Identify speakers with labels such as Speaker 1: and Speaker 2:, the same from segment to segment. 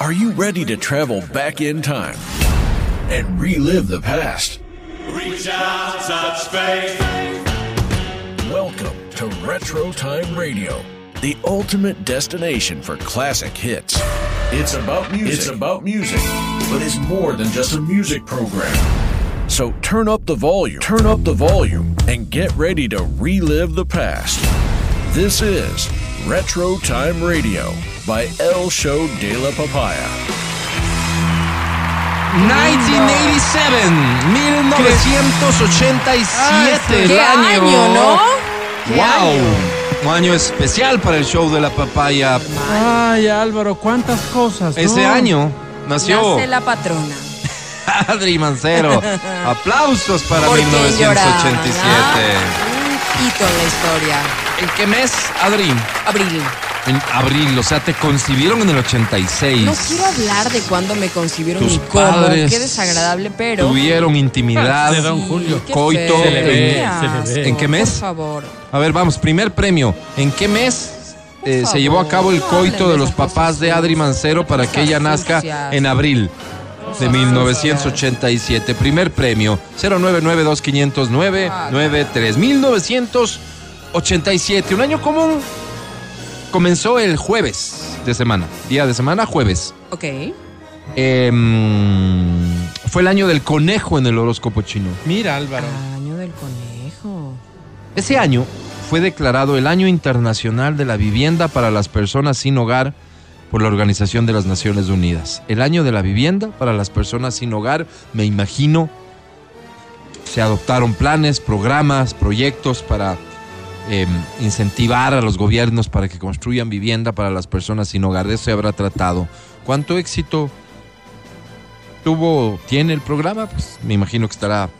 Speaker 1: Are you ready to travel back in time and relive the past?
Speaker 2: Reach out, touch faith.
Speaker 1: Welcome to Retro Time Radio, the ultimate destination for classic hits. It's about music. It's about music, but it's more than just a music program. So turn up the volume. Turn up the volume and get ready to relive the past. This is Retro Time Radio by El Show de la Papaya.
Speaker 3: 1987, 1987,
Speaker 4: Ah, ¿Qué
Speaker 3: el año.
Speaker 4: año, no?
Speaker 3: Wow, un año especial para el show de la papaya.
Speaker 5: Ay, Álvaro, cuántas cosas.
Speaker 3: Ese
Speaker 5: ¿no?
Speaker 3: año nació
Speaker 4: Nace la patrona.
Speaker 3: Adri Mancero. Aplausos para
Speaker 4: ¿Por qué
Speaker 3: 1987.
Speaker 4: lloraba? Un hito en la historia.
Speaker 3: ¿En qué mes, Adri?
Speaker 4: Abril.
Speaker 3: En abril, o sea, te concibieron en el 86.
Speaker 4: No quiero hablar de cuándo me concibieron
Speaker 3: Tus
Speaker 4: y cómo.
Speaker 3: padres
Speaker 4: Qué desagradable, pero.
Speaker 3: Tuvieron intimidad.
Speaker 5: De Don
Speaker 4: Sí,
Speaker 5: Julio.
Speaker 4: qué
Speaker 3: Coito.
Speaker 4: feo.
Speaker 3: Se le ve,
Speaker 4: Qué
Speaker 5: se le
Speaker 4: asco,
Speaker 5: ve.
Speaker 3: ¿En qué mes?
Speaker 4: Por favor.
Speaker 3: A ver, vamos, primer premio. ¿En qué mes
Speaker 4: Por
Speaker 3: eh, se
Speaker 4: favor,
Speaker 3: llevó a cabo el
Speaker 4: no
Speaker 3: coito
Speaker 4: hablen
Speaker 3: de
Speaker 4: de
Speaker 3: los
Speaker 4: esas
Speaker 3: papás
Speaker 4: cosas
Speaker 3: de Adri Mancero para que ella nazca
Speaker 4: sucias.
Speaker 3: en abril de 1987? Primer premio, 099-2509-93. 1987, un año común. Comenzó el jueves de semana, día de semana, jueves.
Speaker 4: Ok.
Speaker 3: Em, fue el año del conejo en el horóscopo chino.
Speaker 5: Mira, Álvaro.
Speaker 4: Año del conejo.
Speaker 3: Ese año fue declarado el Año Internacional de la Vivienda para las Personas Sin Hogar por la Organización de las Naciones Unidas. El Año de la Vivienda para las Personas Sin Hogar, me imagino, se adoptaron planes, programas, proyectos para eh, incentivar a los gobiernos para que construyan vivienda para las personas sin hogar. De eso se habrá tratado. ¿Cuánto éxito tuvo, tiene el programa? Pues me imagino que estará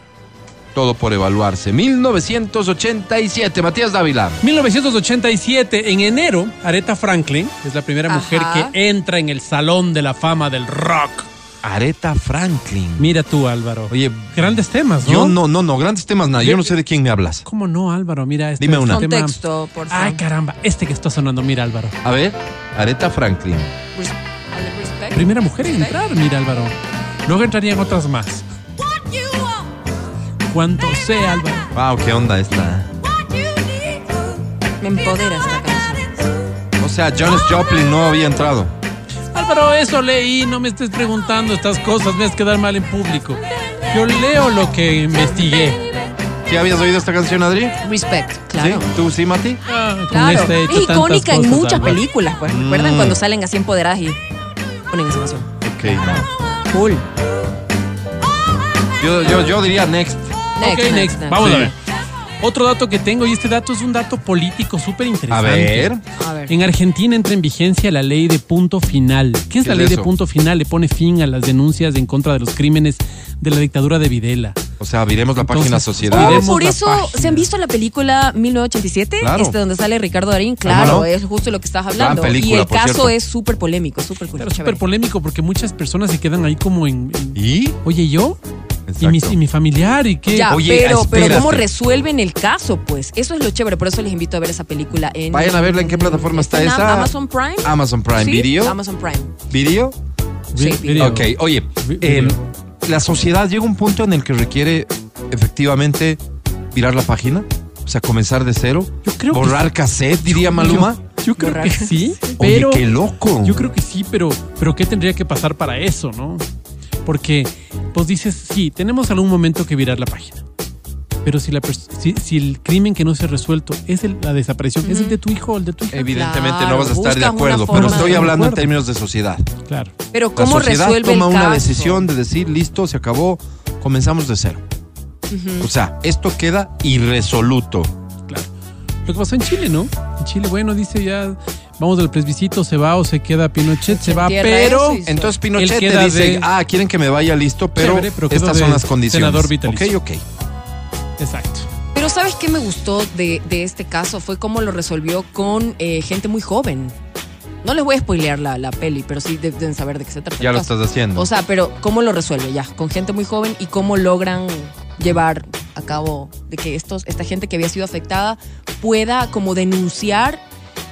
Speaker 3: todo por evaluarse. 1987, Matías Dávila.
Speaker 5: 1987, en enero, Aretha Franklin es la primera
Speaker 4: Ajá.
Speaker 5: mujer que entra en el Salón de la Fama del Rock.
Speaker 3: Areta Franklin.
Speaker 5: Mira tú, Álvaro.
Speaker 3: Oye,
Speaker 5: Grandes temas, ¿no?
Speaker 3: yo no, no, no, grandes temas nada. Yo
Speaker 5: Ve-
Speaker 3: no sé de quién me hablas.
Speaker 5: ¿Cómo no, Álvaro? Mira este
Speaker 3: Dime una.
Speaker 5: tema-
Speaker 4: Contexto, por favor.
Speaker 5: Ay, caramba, este que está sonando, mira, Álvaro.
Speaker 3: A ver, Areta Franklin.
Speaker 4: Res- al de respect.
Speaker 5: Primera mujer en
Speaker 4: Respect.
Speaker 5: entrar, mira, Álvaro. Luego entrarían otras más. Cuanto sé, Álvaro.
Speaker 3: Wow, qué onda esta.
Speaker 4: Me empodera esta canción.
Speaker 3: O sea, Jonas Joplin no había entrado.
Speaker 5: Álvaro, eso leí, no me estés preguntando estas cosas, me vas a quedar mal en público. Yo leo lo que investigué.
Speaker 3: ¿Sí habías oído esta canción, Adri?
Speaker 4: Respect, claro.
Speaker 3: ¿Sí? ¿Tú sí, Mati?
Speaker 5: Ah, con
Speaker 4: Claro,
Speaker 5: este he hecho
Speaker 4: es
Speaker 5: tantas
Speaker 4: icónica en
Speaker 5: cosas, Mm.
Speaker 4: muchas
Speaker 5: Álvaro.
Speaker 4: películas, pues. ¿Recuerdan cuando salen así empoderadas y ponen esa canción?
Speaker 3: Ok, no.
Speaker 4: Cool.
Speaker 3: Yo, yo, yo diría next.
Speaker 4: Next,
Speaker 5: ok,
Speaker 4: next,
Speaker 5: next.
Speaker 4: next.
Speaker 5: Vamos
Speaker 3: Sí.
Speaker 5: a ver. Otro dato que tengo, y este dato es un dato político súper
Speaker 3: A
Speaker 5: interesante.
Speaker 3: ver.
Speaker 4: A ver.
Speaker 5: En Argentina entra en vigencia la ley de punto final. ¿Qué es
Speaker 3: ¿Qué
Speaker 5: la
Speaker 3: es
Speaker 5: ley
Speaker 3: eso?
Speaker 5: de punto final? Le pone fin a las denuncias en contra de los crímenes de la dictadura de Videla.
Speaker 3: O sea, viremos la
Speaker 5: Entonces,
Speaker 3: página
Speaker 4: Oh,
Speaker 3: Sociedad.
Speaker 5: Miremos
Speaker 4: por
Speaker 5: la
Speaker 4: eso,
Speaker 5: página.
Speaker 4: ¿se han visto la película 1987?
Speaker 3: Claro.
Speaker 4: Este, donde sale Ricardo Darín. Claro,
Speaker 3: no?
Speaker 4: es justo lo que estabas hablando.
Speaker 3: película,
Speaker 4: y el
Speaker 3: por
Speaker 4: caso
Speaker 3: cierto.
Speaker 4: es súper polémico, súper cool.
Speaker 5: Claro, es súper polémico porque muchas personas se quedan ahí como en... en,
Speaker 3: ¿Y?
Speaker 5: Oye, ¿y ¿yo? ¿Y
Speaker 3: Exacto.
Speaker 5: mi, y mi familiar? ¿Y qué?
Speaker 4: Ya,
Speaker 3: Oye,
Speaker 4: pero, pero ¿cómo
Speaker 3: espérate.
Speaker 4: resuelven el caso? Pues eso es lo chévere, por eso les invito a ver esa película en...
Speaker 3: Vayan a verla en qué plataforma está
Speaker 4: en
Speaker 3: esa.
Speaker 4: Amazon Prime.
Speaker 3: Amazon Prime
Speaker 4: Sí,
Speaker 3: Video.
Speaker 4: Amazon Prime.
Speaker 3: ¿Video?
Speaker 5: Vi-
Speaker 4: sí,
Speaker 5: video.
Speaker 3: Ok, oye,
Speaker 5: Vi-
Speaker 3: eh,
Speaker 5: video.
Speaker 3: la sociedad llega a un punto en el que requiere efectivamente virar la página, o sea, comenzar de cero,
Speaker 5: Yo creo que
Speaker 3: borrar cassette, diría Maluma.
Speaker 5: Yo, yo creo
Speaker 4: Borrar
Speaker 5: que
Speaker 4: cassette.
Speaker 5: sí, pero...
Speaker 3: oye, qué loco.
Speaker 5: Yo creo que sí, pero, pero ¿qué tendría que pasar para eso, no? Porque pues dices, sí, tenemos algún momento que virar la página. Pero si, la pers- si, si el crimen que no se ha resuelto es el- la desaparición, es el de tu hijo o el de tu hija.
Speaker 3: Evidentemente
Speaker 4: Claro,
Speaker 3: no vas a estar de
Speaker 4: buscan una
Speaker 3: acuerdo,
Speaker 4: forma
Speaker 3: pero estoy
Speaker 5: de-
Speaker 3: hablando en
Speaker 5: acuerdo.
Speaker 3: términos de sociedad.
Speaker 5: Claro.
Speaker 4: Pero
Speaker 3: La
Speaker 4: ¿cómo
Speaker 3: sociedad
Speaker 4: resuelve
Speaker 3: toma
Speaker 4: el caso?
Speaker 3: una decisión de decir, listo, se acabó, comenzamos de cero. O sea, esto queda irresoluto.
Speaker 5: Claro. Lo que pasó en Chile, ¿no? En Chile, bueno, dice ya, vamos del plebiscito, se va o se queda Pinochet, se,
Speaker 4: Se
Speaker 5: va,
Speaker 4: entierra
Speaker 5: pero...
Speaker 4: eso y-
Speaker 3: Entonces Pinochet
Speaker 5: Él
Speaker 3: te
Speaker 5: queda
Speaker 3: dice,
Speaker 5: de-
Speaker 3: ah, quieren que me vaya listo, pero,
Speaker 5: Chévere, pero quedo
Speaker 3: estas
Speaker 5: de
Speaker 3: son las condiciones.
Speaker 5: senador vitalicio.
Speaker 3: Ok, ok.
Speaker 5: Exacto.
Speaker 4: Pero ¿sabes qué me gustó de, de este caso? Fue cómo lo resolvió con eh, gente muy joven. No les voy a spoilear la, la peli, pero sí de- deben saber de qué se trata.
Speaker 3: Ya
Speaker 4: el
Speaker 3: lo
Speaker 4: caso.
Speaker 3: estás haciendo.
Speaker 4: O sea, pero ¿cómo lo resuelve ya? Con gente muy joven y cómo logran llevar a cabo de que estos, esta gente que había sido afectada pueda como denunciar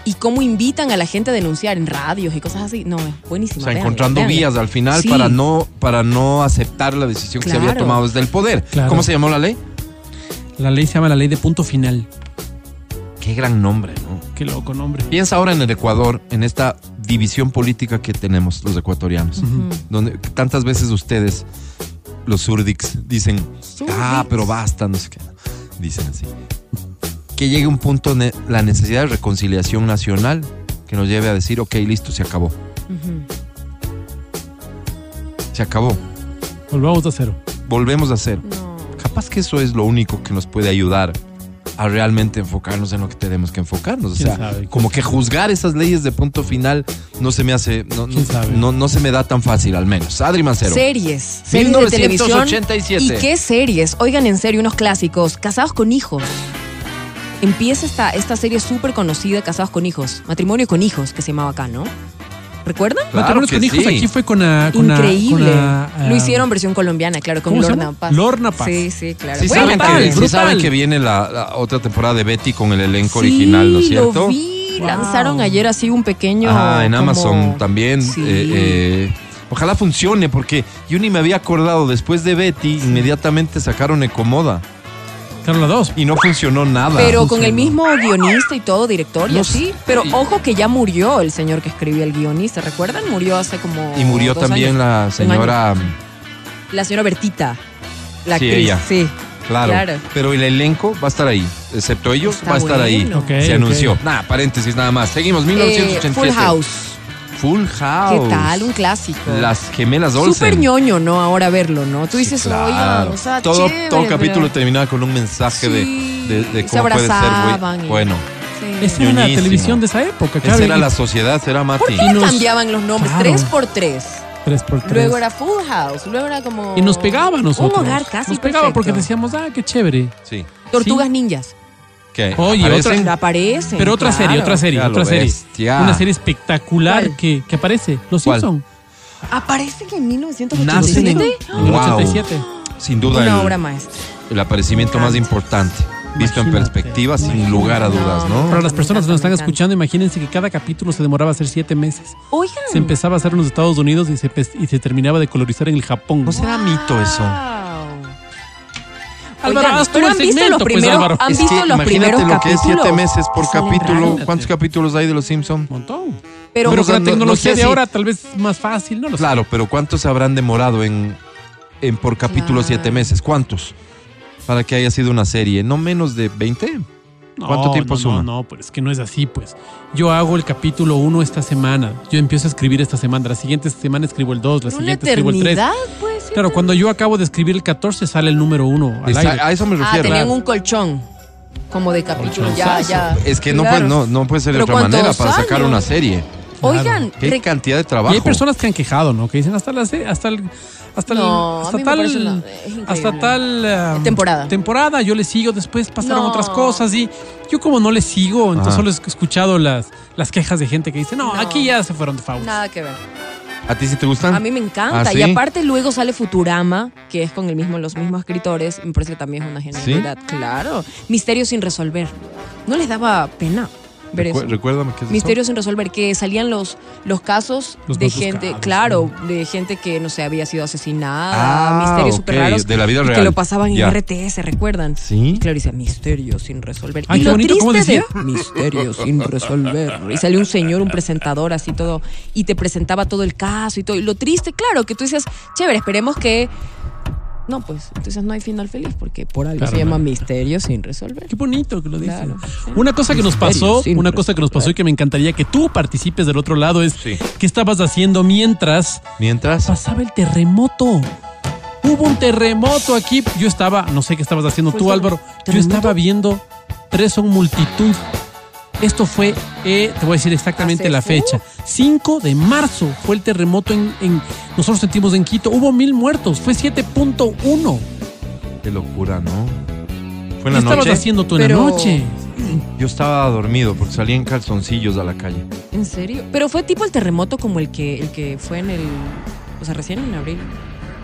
Speaker 4: y cómo invitan a la gente a denunciar en radios y cosas así. No, es
Speaker 3: O
Speaker 4: buenísima.
Speaker 3: sea,
Speaker 4: véanla,
Speaker 3: encontrando
Speaker 4: véanla.
Speaker 3: vías al final
Speaker 4: Sí.
Speaker 3: para, no, para no aceptar la decisión que se había
Speaker 4: Claro.
Speaker 3: tomado desde el poder.
Speaker 5: Claro.
Speaker 3: ¿Cómo se llamó la ley?
Speaker 5: La ley se llama la ley de punto final.
Speaker 3: Qué gran nombre, ¿no?
Speaker 5: Qué loco, no, hombre.
Speaker 3: Piensa ahora en el Ecuador, en esta división política que tenemos los ecuatorianos, donde tantas veces ustedes, los surdics, dicen, ah,
Speaker 4: Surdics".
Speaker 3: pero basta, no sé qué, dicen así. Que llegue un punto donde la necesidad de reconciliación nacional que nos lleve a decir, ok, listo, se acabó,
Speaker 4: Ujú.
Speaker 3: se acabó,
Speaker 5: Volvamos a cero.
Speaker 3: volvemos a hacer.
Speaker 4: No.
Speaker 3: Capaz que eso es lo único que nos puede ayudar a realmente enfocarnos en lo que tenemos que enfocarnos. O
Speaker 5: ¿Quién
Speaker 3: sea,
Speaker 5: sabe?
Speaker 3: como que juzgar esas leyes de punto final no se me hace, no, no,
Speaker 5: ¿Quién sabe?
Speaker 3: no- no se me da tan fácil al menos. Adri Mancero.
Speaker 4: Series, series de televisión.
Speaker 3: 1987.
Speaker 4: ¿Y qué series? Oigan, en serio, unos clásicos. Casados con hijos. Empieza esta, esta serie súper conocida, Casados con hijos. Matrimonio con hijos, que se llamaba acá, ¿no? ¿Recuerdan?
Speaker 3: Claro
Speaker 5: Matrimonios
Speaker 3: que
Speaker 5: con hijos
Speaker 3: sí.
Speaker 5: "Pues aquí fue con la. Ah, Con la-
Speaker 4: Increíble.
Speaker 5: con la, ah,
Speaker 4: Lo hicieron versión colombiana, claro, con
Speaker 5: ¿cómo se
Speaker 4: Lorna
Speaker 5: llama?
Speaker 4: Paz.
Speaker 5: Lorna Paz.
Speaker 4: Sí, sí, claro.
Speaker 3: Sí,
Speaker 4: Bueno,
Speaker 3: saben
Speaker 5: brutal,
Speaker 3: que, sí
Speaker 5: brutal.
Speaker 3: saben que viene la, la otra temporada de Betty con el elenco
Speaker 4: Sí,
Speaker 3: original, ¿no es cierto?
Speaker 4: Lo vi,
Speaker 5: Wow.
Speaker 4: lanzaron ayer así un pequeño.
Speaker 3: Ah, en
Speaker 4: como-
Speaker 3: Amazon también.
Speaker 4: Sí.
Speaker 3: eh, eh, ojalá funcione porque yo ni me había acordado después de Betty inmediatamente sacaron Ecomoda
Speaker 5: Claro, la dos.
Speaker 3: y no funcionó nada.
Speaker 4: Pero con el mismo guionista y todo, director y
Speaker 3: No
Speaker 4: así.
Speaker 3: sé.
Speaker 4: Pero
Speaker 3: Y-
Speaker 4: ojo que ya murió el señor que escribió el guionista, ¿recuerdan? Murió hace como.
Speaker 3: y murió
Speaker 4: dos
Speaker 3: también
Speaker 4: años.
Speaker 3: la señora.
Speaker 4: La señora Bertita. La
Speaker 3: Sí,
Speaker 4: actriz.
Speaker 3: ella.
Speaker 4: Sí.
Speaker 3: Claro,
Speaker 4: Claro.
Speaker 3: Pero el elenco va a estar ahí, excepto ellos,
Speaker 4: Está
Speaker 3: va a estar ahí.
Speaker 4: bueno. Ok,
Speaker 3: Se
Speaker 5: ok.
Speaker 3: anunció. Nada, paréntesis nada más. Seguimos, 1987.
Speaker 4: Eh, Full House.
Speaker 3: Full House.
Speaker 4: ¿Qué tal? Un clásico.
Speaker 3: Las gemelas Olsen.
Speaker 4: Súper ñoño, ¿no? Ahora verlo, ¿no? Tú
Speaker 3: Sí,
Speaker 4: dices,
Speaker 3: claro.
Speaker 4: oigan, o sea,
Speaker 3: todo,
Speaker 4: chévere,
Speaker 3: todo
Speaker 4: pero-
Speaker 3: capítulo terminaba con un mensaje de-
Speaker 4: Sí,
Speaker 3: de, de
Speaker 4: se
Speaker 3: cómo puede ser
Speaker 4: abrazaban
Speaker 3: güey.
Speaker 4: y-
Speaker 3: bueno.
Speaker 4: Sí.
Speaker 5: Esa era la
Speaker 3: Ñoñísimo.
Speaker 5: televisión de esa época, claro.
Speaker 3: Esa era
Speaker 5: y-
Speaker 3: la sociedad, será Mati.
Speaker 4: ¿Por qué
Speaker 5: Y nos-
Speaker 4: cambiaban los nombres?
Speaker 5: Claro.
Speaker 4: Tres por tres.
Speaker 5: Tres por tres.
Speaker 4: Luego era Full House, luego era como.
Speaker 5: y nos pegaba a nosotros.
Speaker 4: Un hogar casi.
Speaker 5: Nos pegaba
Speaker 4: perfecto.
Speaker 5: porque decíamos, ah, qué chévere.
Speaker 3: Sí.
Speaker 4: Tortugas
Speaker 5: Sí.
Speaker 4: ninjas.
Speaker 3: ¿Qué?
Speaker 5: Oye,
Speaker 3: ¿Aparecen?
Speaker 5: otra-
Speaker 4: Aparecen.
Speaker 5: Pero otra
Speaker 4: claro.
Speaker 5: serie, otra serie,
Speaker 3: Ya lo
Speaker 5: otra serie.
Speaker 3: bestia.
Speaker 5: Una serie espectacular
Speaker 4: ¿Cuál?
Speaker 5: que, que aparece. Los
Speaker 3: ¿Cuál?
Speaker 5: Simpson.
Speaker 4: Aparecen en
Speaker 3: Nacen en
Speaker 4: 1987.
Speaker 5: En el
Speaker 3: Wow.
Speaker 5: 87.
Speaker 3: Sin duda
Speaker 4: Una
Speaker 3: el,
Speaker 4: obra maestra.
Speaker 3: el aparecimiento más importante. Visto en
Speaker 5: Imagínate.
Speaker 3: perspectiva, sin lugar a dudas,
Speaker 4: No,
Speaker 3: ¿no?
Speaker 5: Para las personas que nos están
Speaker 4: Me encanta.
Speaker 5: escuchando, imagínense que cada capítulo se demoraba a hacer siete meses.
Speaker 4: Oigan.
Speaker 5: Se empezaba a hacer en los Estados Unidos y se, empe- y se terminaba de colorizar en el Japón.
Speaker 3: No será mito eso.
Speaker 4: Wow.
Speaker 5: Álvaro,
Speaker 4: Oigan,
Speaker 5: haz tú
Speaker 4: pero
Speaker 5: el
Speaker 4: han visto
Speaker 5: segmento,
Speaker 4: los
Speaker 5: pues,
Speaker 4: primeros,
Speaker 5: Álvaro.
Speaker 4: han
Speaker 3: Es
Speaker 4: visto
Speaker 3: que
Speaker 4: los
Speaker 3: imagínate
Speaker 4: primeros
Speaker 3: lo que es
Speaker 4: capítulos.
Speaker 3: siete meses por
Speaker 4: Salen
Speaker 3: capítulo.
Speaker 4: raros.
Speaker 3: ¿Cuántos capítulos hay de Los Simpson?
Speaker 5: Un montón.
Speaker 4: Pero,
Speaker 5: Pero
Speaker 3: Vamos a-
Speaker 5: con la
Speaker 3: no- no
Speaker 5: tecnología
Speaker 3: sé
Speaker 5: de
Speaker 3: si-
Speaker 5: ahora tal vez es más fácil, ¿no? Lo sé.
Speaker 3: Claro, pero ¿cuántos se habrán demorado en, en por capítulo
Speaker 4: Claro.
Speaker 3: siete meses? ¿Cuántos? Para que haya sido una serie. No menos de 20.
Speaker 5: No,
Speaker 3: ¿Cuánto tiempo
Speaker 5: no,
Speaker 3: suma?
Speaker 5: No, no, pues es que no es así, pues. Yo hago el capítulo 1 esta semana. Yo empiezo a escribir esta semana. La siguiente semana escribo el 2, la
Speaker 4: una
Speaker 5: siguiente escribo el 3.
Speaker 4: eternidad, pues. sí.
Speaker 5: Claro, cuando yo acabo de escribir el 14 sale el número 1 al
Speaker 3: Esa-
Speaker 5: aire.
Speaker 3: a eso me
Speaker 4: Ah,
Speaker 3: refiero.
Speaker 4: tenían un colchón. Como de capítulo. Ya, ya.
Speaker 3: es que no,
Speaker 4: Claro.
Speaker 3: puede, no, no puede ser de
Speaker 4: Pero
Speaker 3: otra manera
Speaker 4: ¿cuántos
Speaker 3: para sacar
Speaker 4: años?
Speaker 3: una serie.
Speaker 4: Oigan,
Speaker 3: Qué
Speaker 4: re-
Speaker 3: cantidad de trabajo.
Speaker 5: Y hay personas que han quejado, ¿no? Que dicen hasta la se- hasta el hasta el-
Speaker 4: No, a
Speaker 5: hasta
Speaker 4: mí me parece una-
Speaker 5: tal
Speaker 4: es increíble.
Speaker 5: hasta tal ah,
Speaker 4: Temporada.
Speaker 5: Temporada, yo le sigo, después pasaron
Speaker 4: No.
Speaker 5: otras cosas y yo como no le sigo, entonces
Speaker 3: Ajá.
Speaker 5: solo he escuchado las las quejas de gente que dice, "No,
Speaker 4: No.
Speaker 5: aquí ya se fueron de favor."
Speaker 4: nada que ver.
Speaker 3: ¿A ti sí te gustan?
Speaker 4: A mí me encanta.
Speaker 3: ¿Ah, sí?
Speaker 4: Y aparte luego sale Futurama, que es con el mismo, los mismos escritores. Me parece que también es una genialidad. Claro. Misterio sin resolver. No les daba pena ver
Speaker 3: Recu-
Speaker 4: eso.
Speaker 3: Recuérdame que es eso.
Speaker 4: Misterios sin resolver, que salían los, los casos
Speaker 5: Los
Speaker 4: de
Speaker 5: más
Speaker 4: gente,
Speaker 5: buscados,
Speaker 4: claro, de gente que, no sé, había sido asesinada,
Speaker 3: Ah,
Speaker 4: misterios
Speaker 3: ok,
Speaker 4: súper raros.
Speaker 3: de la vida
Speaker 4: y
Speaker 3: real.
Speaker 4: Que lo pasaban
Speaker 3: Ya.
Speaker 4: en RTS, ¿recuerdan?
Speaker 3: Sí.
Speaker 4: Y claro, dice, misterios sin resolver.
Speaker 5: Ay,
Speaker 4: y
Speaker 5: qué
Speaker 4: lo
Speaker 5: bonito, ¿cómo
Speaker 4: triste de misterios sin resolver. Y salió un señor, un presentador así todo, y te presentaba todo el caso y todo. Y lo triste, claro, que tú dices, chévere, esperemos que... No, pues, entonces no hay final feliz, porque por algo
Speaker 5: Claro,
Speaker 4: se llama
Speaker 5: no.
Speaker 4: misterios sin resolver.
Speaker 5: Qué bonito que lo dices.
Speaker 4: Claro.
Speaker 5: Una cosa que nos pasó,
Speaker 4: Misterio,
Speaker 5: una
Speaker 4: sin
Speaker 5: cosa que nos pasó y que me encantaría que tú participes del otro lado es
Speaker 3: Sí.
Speaker 5: qué estabas haciendo mientras
Speaker 3: Mientras.
Speaker 5: pasaba el terremoto. Hubo un terremoto aquí. Yo estaba, no sé qué estabas haciendo tú,
Speaker 4: ¿Fuiste-
Speaker 5: Álvaro. Yo
Speaker 4: Pues terremoto?
Speaker 5: estaba viendo tres son multitud. Esto fue, eh, te voy a decir exactamente
Speaker 4: Hace-
Speaker 5: la fecha. 5 de marzo fue el terremoto en, en- nosotros sentimos en Quito. Hubo mil muertos. Fue 7.1.
Speaker 3: Qué locura, ¿no? Fue
Speaker 5: ¿Qué
Speaker 3: en la
Speaker 5: estabas
Speaker 3: noche.
Speaker 5: haciendo tú en
Speaker 4: Pero-
Speaker 5: la noche?
Speaker 3: Yo estaba dormido porque salí en calzoncillos a la calle.
Speaker 4: ¿En serio? Pero fue tipo el terremoto como el que, el que fue en el. O sea, recién en abril.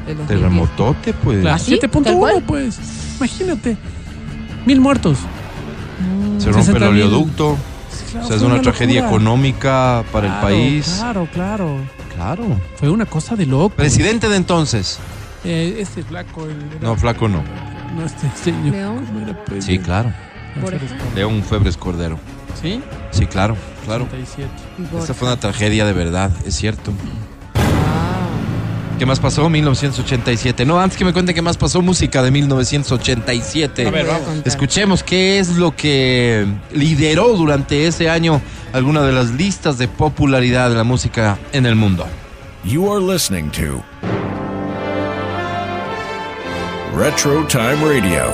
Speaker 4: del 2010.
Speaker 3: Terremotote, pues.
Speaker 5: Claro,
Speaker 4: ¿Ah, sí? Tal
Speaker 5: 7.1,
Speaker 4: cual.
Speaker 5: pues. Imagínate. Mil muertos.
Speaker 3: Se rompe el
Speaker 5: 60.000.
Speaker 3: oleoducto.
Speaker 5: claro,
Speaker 3: O sea, es
Speaker 5: fue
Speaker 3: una, tragedia
Speaker 5: locura.
Speaker 3: económica para el
Speaker 5: Claro,
Speaker 3: país.
Speaker 5: Claro, claro.
Speaker 3: Claro.
Speaker 5: Fue una cosa de loco.
Speaker 3: Presidente de entonces.
Speaker 5: Eh, este flaco. el- era-
Speaker 3: No, flaco no.
Speaker 5: No, este señor.
Speaker 4: León.
Speaker 5: ¿Cómo era, pues?
Speaker 3: Sí, claro.
Speaker 4: Borja.
Speaker 3: León Febres Cordero.
Speaker 5: ¿Sí?
Speaker 3: Sí, claro, claro.
Speaker 5: 37.
Speaker 4: y
Speaker 3: Esta
Speaker 4: Borja.
Speaker 3: fue una tragedia de verdad, es cierto.
Speaker 4: Wow.
Speaker 3: ¿Qué más pasó? 1987. No, antes que me cuente qué más pasó, música de 1987.
Speaker 5: A ver,
Speaker 4: Voy
Speaker 5: vamos.
Speaker 4: contar.
Speaker 3: Escuchemos qué es lo que lideró durante ese año alguna de las listas de popularidad de la música en el mundo.
Speaker 1: You are listening to Retro Time Radio.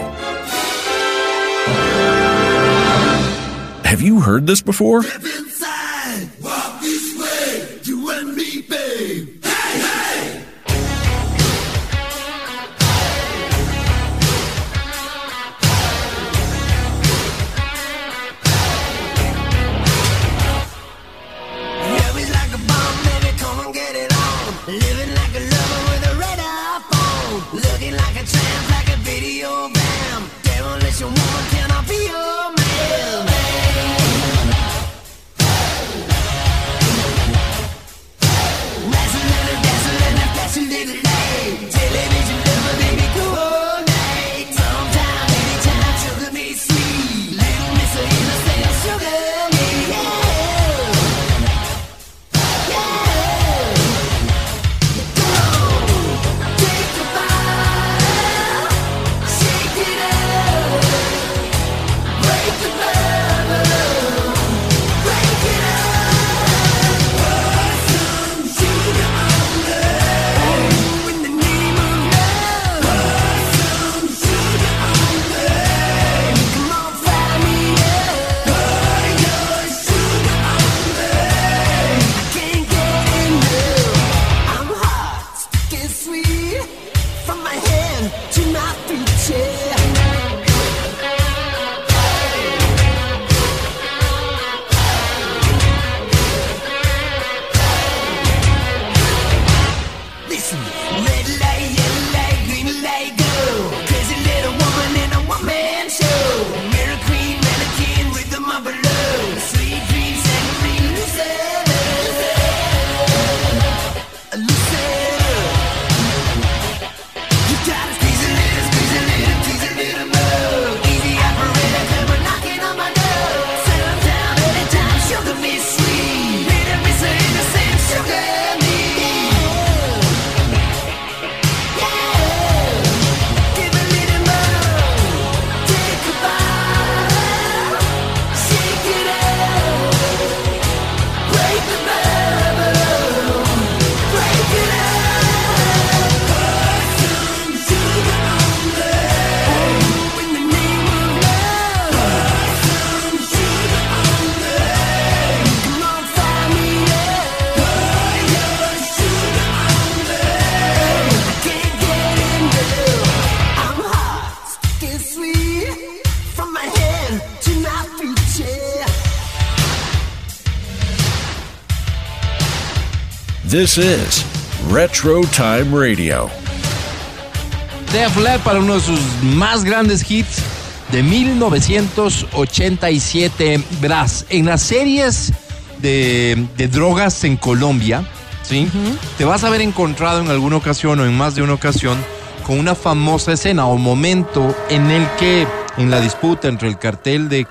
Speaker 1: Have you heard this before?
Speaker 6: Love like a bomb, baby, come and get it on. Living like a lover with a red eye phone. Looking like a tramp, like a video bam. Demolition woman, can I be your man? Wrestling and dancing and the fashion of the day. Television lover, baby, go all night. Sometime, anytime, sugar me sweet. Little Miss Innocent, sugar me, yeah. can't get enough. I'm hot, sticking sweet from my hand to my feet. Yeah. Listen, red light, yellow light, green light, go. Crazy little woman in a one-man show. Mirror queen, mannequin, rhythm of a love. Sweet dreams and free losers. Break the bubble, break it up. Yeah.
Speaker 1: This is Retro Time Radio.
Speaker 3: Def Leppard para uno de sus más grandes hits de 1987. Verás, en las series de, de drogas en Colombia, ¿sí? Te vas a haber encontrado en alguna ocasión o en más de una ocasión con una famosa escena o momento en el que, en la disputa entre el cartel de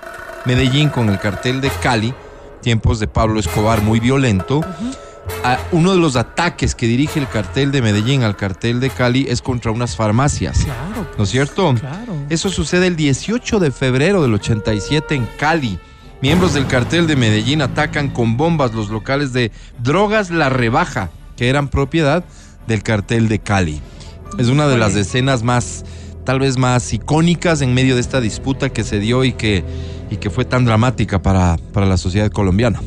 Speaker 3: Medellín con el cartel de Cali, tiempos de Pablo Escobar muy violento, a- uno de los ataques que dirige el cartel de Medellín al cartel de Cali es contra unas farmacias.
Speaker 5: Claro. pues.
Speaker 3: ¿No es cierto?
Speaker 5: Claro.
Speaker 3: Eso sucede el 18 de febrero del 87 en Cali. Miembros del cartel de Medellín atacan con bombas los locales de Drogas La Rebaja, que eran propiedad del cartel de Cali. Es una de las escenas más, tal vez más icónicas en medio de esta disputa que se dio y que, y que fue tan dramática para, para la sociedad colombiana.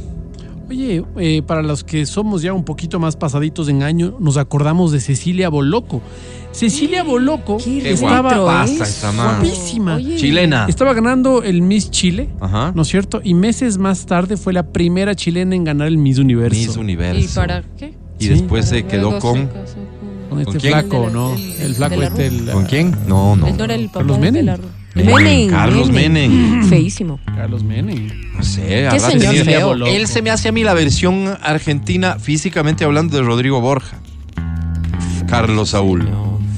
Speaker 5: Oye, eh, para los que somos ya un poquito más pasaditos en año, nos acordamos de Cecilia Boloco. Cecilia Boloco
Speaker 4: Qué
Speaker 3: Qué
Speaker 5: estaba
Speaker 4: retro,
Speaker 3: guapa
Speaker 4: ¿eh?
Speaker 3: esta man.
Speaker 5: guapísima.
Speaker 4: Oye.
Speaker 3: Chilena.
Speaker 4: Este
Speaker 5: Estaba ganando el Miss Chile,
Speaker 3: Ajá.
Speaker 5: ¿no es cierto? Y meses más tarde fue la primera chilena en ganar el Miss Universo.
Speaker 3: Miss Universo.
Speaker 4: ¿Y para qué?
Speaker 3: Y
Speaker 5: Sí.
Speaker 3: después
Speaker 4: Para
Speaker 3: se quedó
Speaker 4: luego
Speaker 3: con.
Speaker 4: se casó con-
Speaker 5: Con este
Speaker 3: quién?
Speaker 5: flaco,
Speaker 4: El de la-
Speaker 5: ¿no?
Speaker 4: el-
Speaker 5: El flaco
Speaker 4: de la
Speaker 5: este. el-
Speaker 3: ¿Con quién? No, no.
Speaker 4: Él no era el papá
Speaker 5: Carlos
Speaker 4: de
Speaker 5: Menem.
Speaker 4: la Ru- Menem.
Speaker 3: Carlos Menem.
Speaker 4: Feísimo.
Speaker 5: Carlos Menem.
Speaker 3: No sé,
Speaker 4: Qué
Speaker 3: habrá
Speaker 4: señor
Speaker 3: tenido-
Speaker 4: feo.
Speaker 3: Él se me hace a mí la versión argentina, físicamente hablando, de Rodrigo Borja. Carlos Saúl.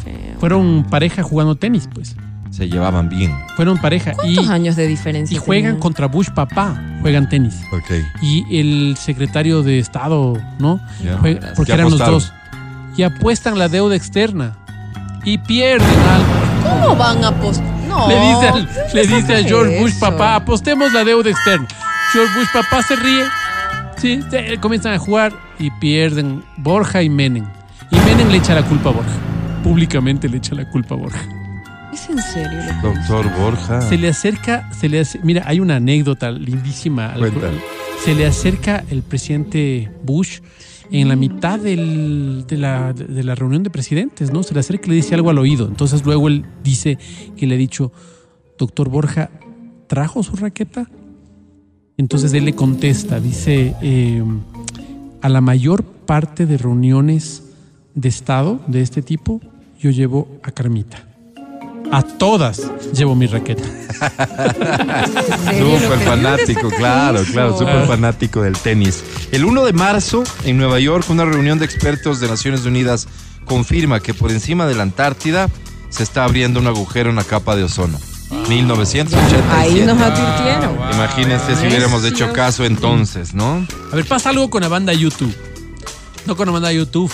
Speaker 4: Feo.
Speaker 5: Fueron pareja jugando tenis, pues.
Speaker 3: Se llevaban bien.
Speaker 5: Fueron pareja. Y,
Speaker 4: ¿Cuántos años de diferencia?
Speaker 5: y juegan
Speaker 4: tenían?
Speaker 5: contra Bush papá. Juegan tenis.
Speaker 3: Ok.
Speaker 5: Y el secretario de Estado, ¿no?
Speaker 3: Ya.
Speaker 5: Juega-
Speaker 3: Ya
Speaker 5: porque eran los
Speaker 3: apostaron.
Speaker 5: dos. Y apuestan la deuda externa. Y pierden algo.
Speaker 4: ¿Cómo van a post? No.
Speaker 5: Le dice, al- le
Speaker 4: no
Speaker 5: dice a
Speaker 4: hagas
Speaker 5: George Bush
Speaker 4: eso.
Speaker 5: papá, apostemos la deuda externa. George Bush papá se ríe. Sí, se- eh, comienzan a jugar y pierden Borja y Menem. Y Menem le echa la culpa a Borja. Públicamente le echa la culpa a Borja.
Speaker 4: ¿Es en serio? lo que
Speaker 3: Doctor Borja.
Speaker 5: Se le acerca, se le hace- mira, hay una anécdota lindísima. al-
Speaker 3: Cuéntale.
Speaker 5: Se le acerca el presidente Bush en la mitad del- de, la, de la reunión de presidentes, ¿no? Se le acerca y le dice algo al oído. Entonces luego él dice que le ha dicho, doctor Borja, ¿trajo su raqueta? Entonces él le contesta, dice, eh, a la mayor parte de reuniones de Estado de este tipo, yo llevo a Carmita. A todas llevo mi raqueta.
Speaker 4: ¿En serio lo
Speaker 3: Súper
Speaker 4: que- ¿De
Speaker 3: fanático,
Speaker 4: dónde sacan
Speaker 3: claro,
Speaker 4: eso?
Speaker 3: claro, súper
Speaker 5: Ah.
Speaker 3: fanático del tenis. El 1 de marzo, en Nueva York, una reunión de expertos de Naciones Unidas confirma que por encima de la Antártida se está abriendo un agujero en la capa de ozono. 1987.
Speaker 4: Ah. Ahí nos advirtieron.
Speaker 3: Imagínense si hubiéramos hecho caso entonces, ¿no?
Speaker 5: A ver, pasa algo con la banda YouTube. No con la banda YouTube.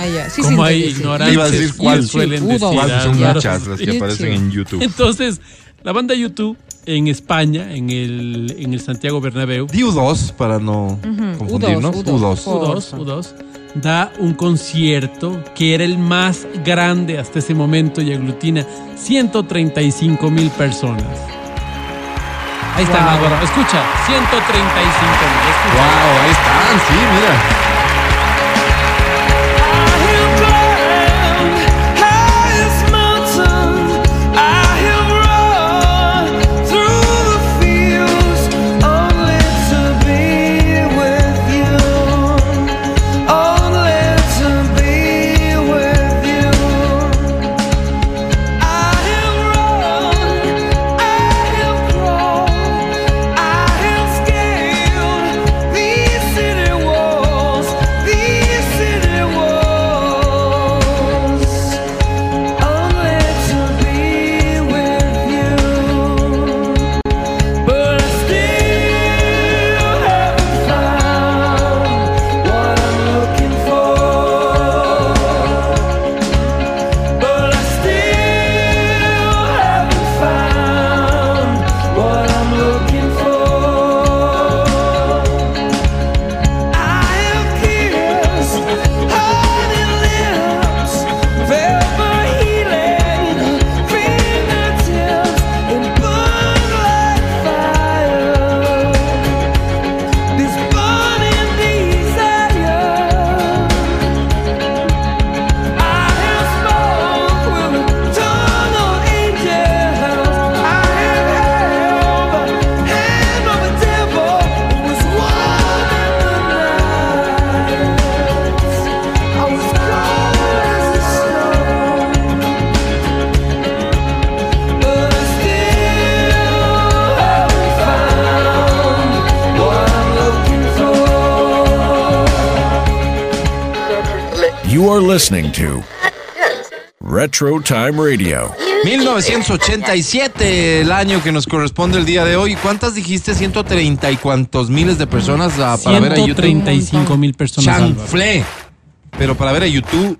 Speaker 4: Ah, ya. Sí,
Speaker 5: como
Speaker 4: sí,
Speaker 5: hay
Speaker 4: sí, sí.
Speaker 5: ignorantes.
Speaker 3: Iba a decir
Speaker 5: que
Speaker 3: cuál.
Speaker 5: Suelen
Speaker 4: YouTube.
Speaker 5: decir,
Speaker 4: ¿Cuál?
Speaker 5: ah,
Speaker 3: Son
Speaker 5: claro.
Speaker 3: muchas las que aparecen en YouTube.
Speaker 5: Entonces, la banda YouTube en España, en el, en el Santiago Bernabéu,
Speaker 3: Diu 2 para no confundirnos.
Speaker 4: U
Speaker 3: U2.
Speaker 4: dos, U dos.
Speaker 5: U2, U2, da un concierto que era el más grande hasta ese momento y aglutina 135 mil personas. Ahí está,
Speaker 4: Wow.
Speaker 5: Álvaro. Escucha, 135 mil.
Speaker 3: Wow, ahí están, sí, mira.
Speaker 7: You are listening to Retro Time Radio.
Speaker 3: 1987, el año que nos corresponde el día de hoy. ¿Cuántas dijiste? 130 y cuantos miles de personas a- para ver a YouTube.
Speaker 5: 135 mil personas. Álvaro.
Speaker 3: Chanfle. Pero para ver a YouTube,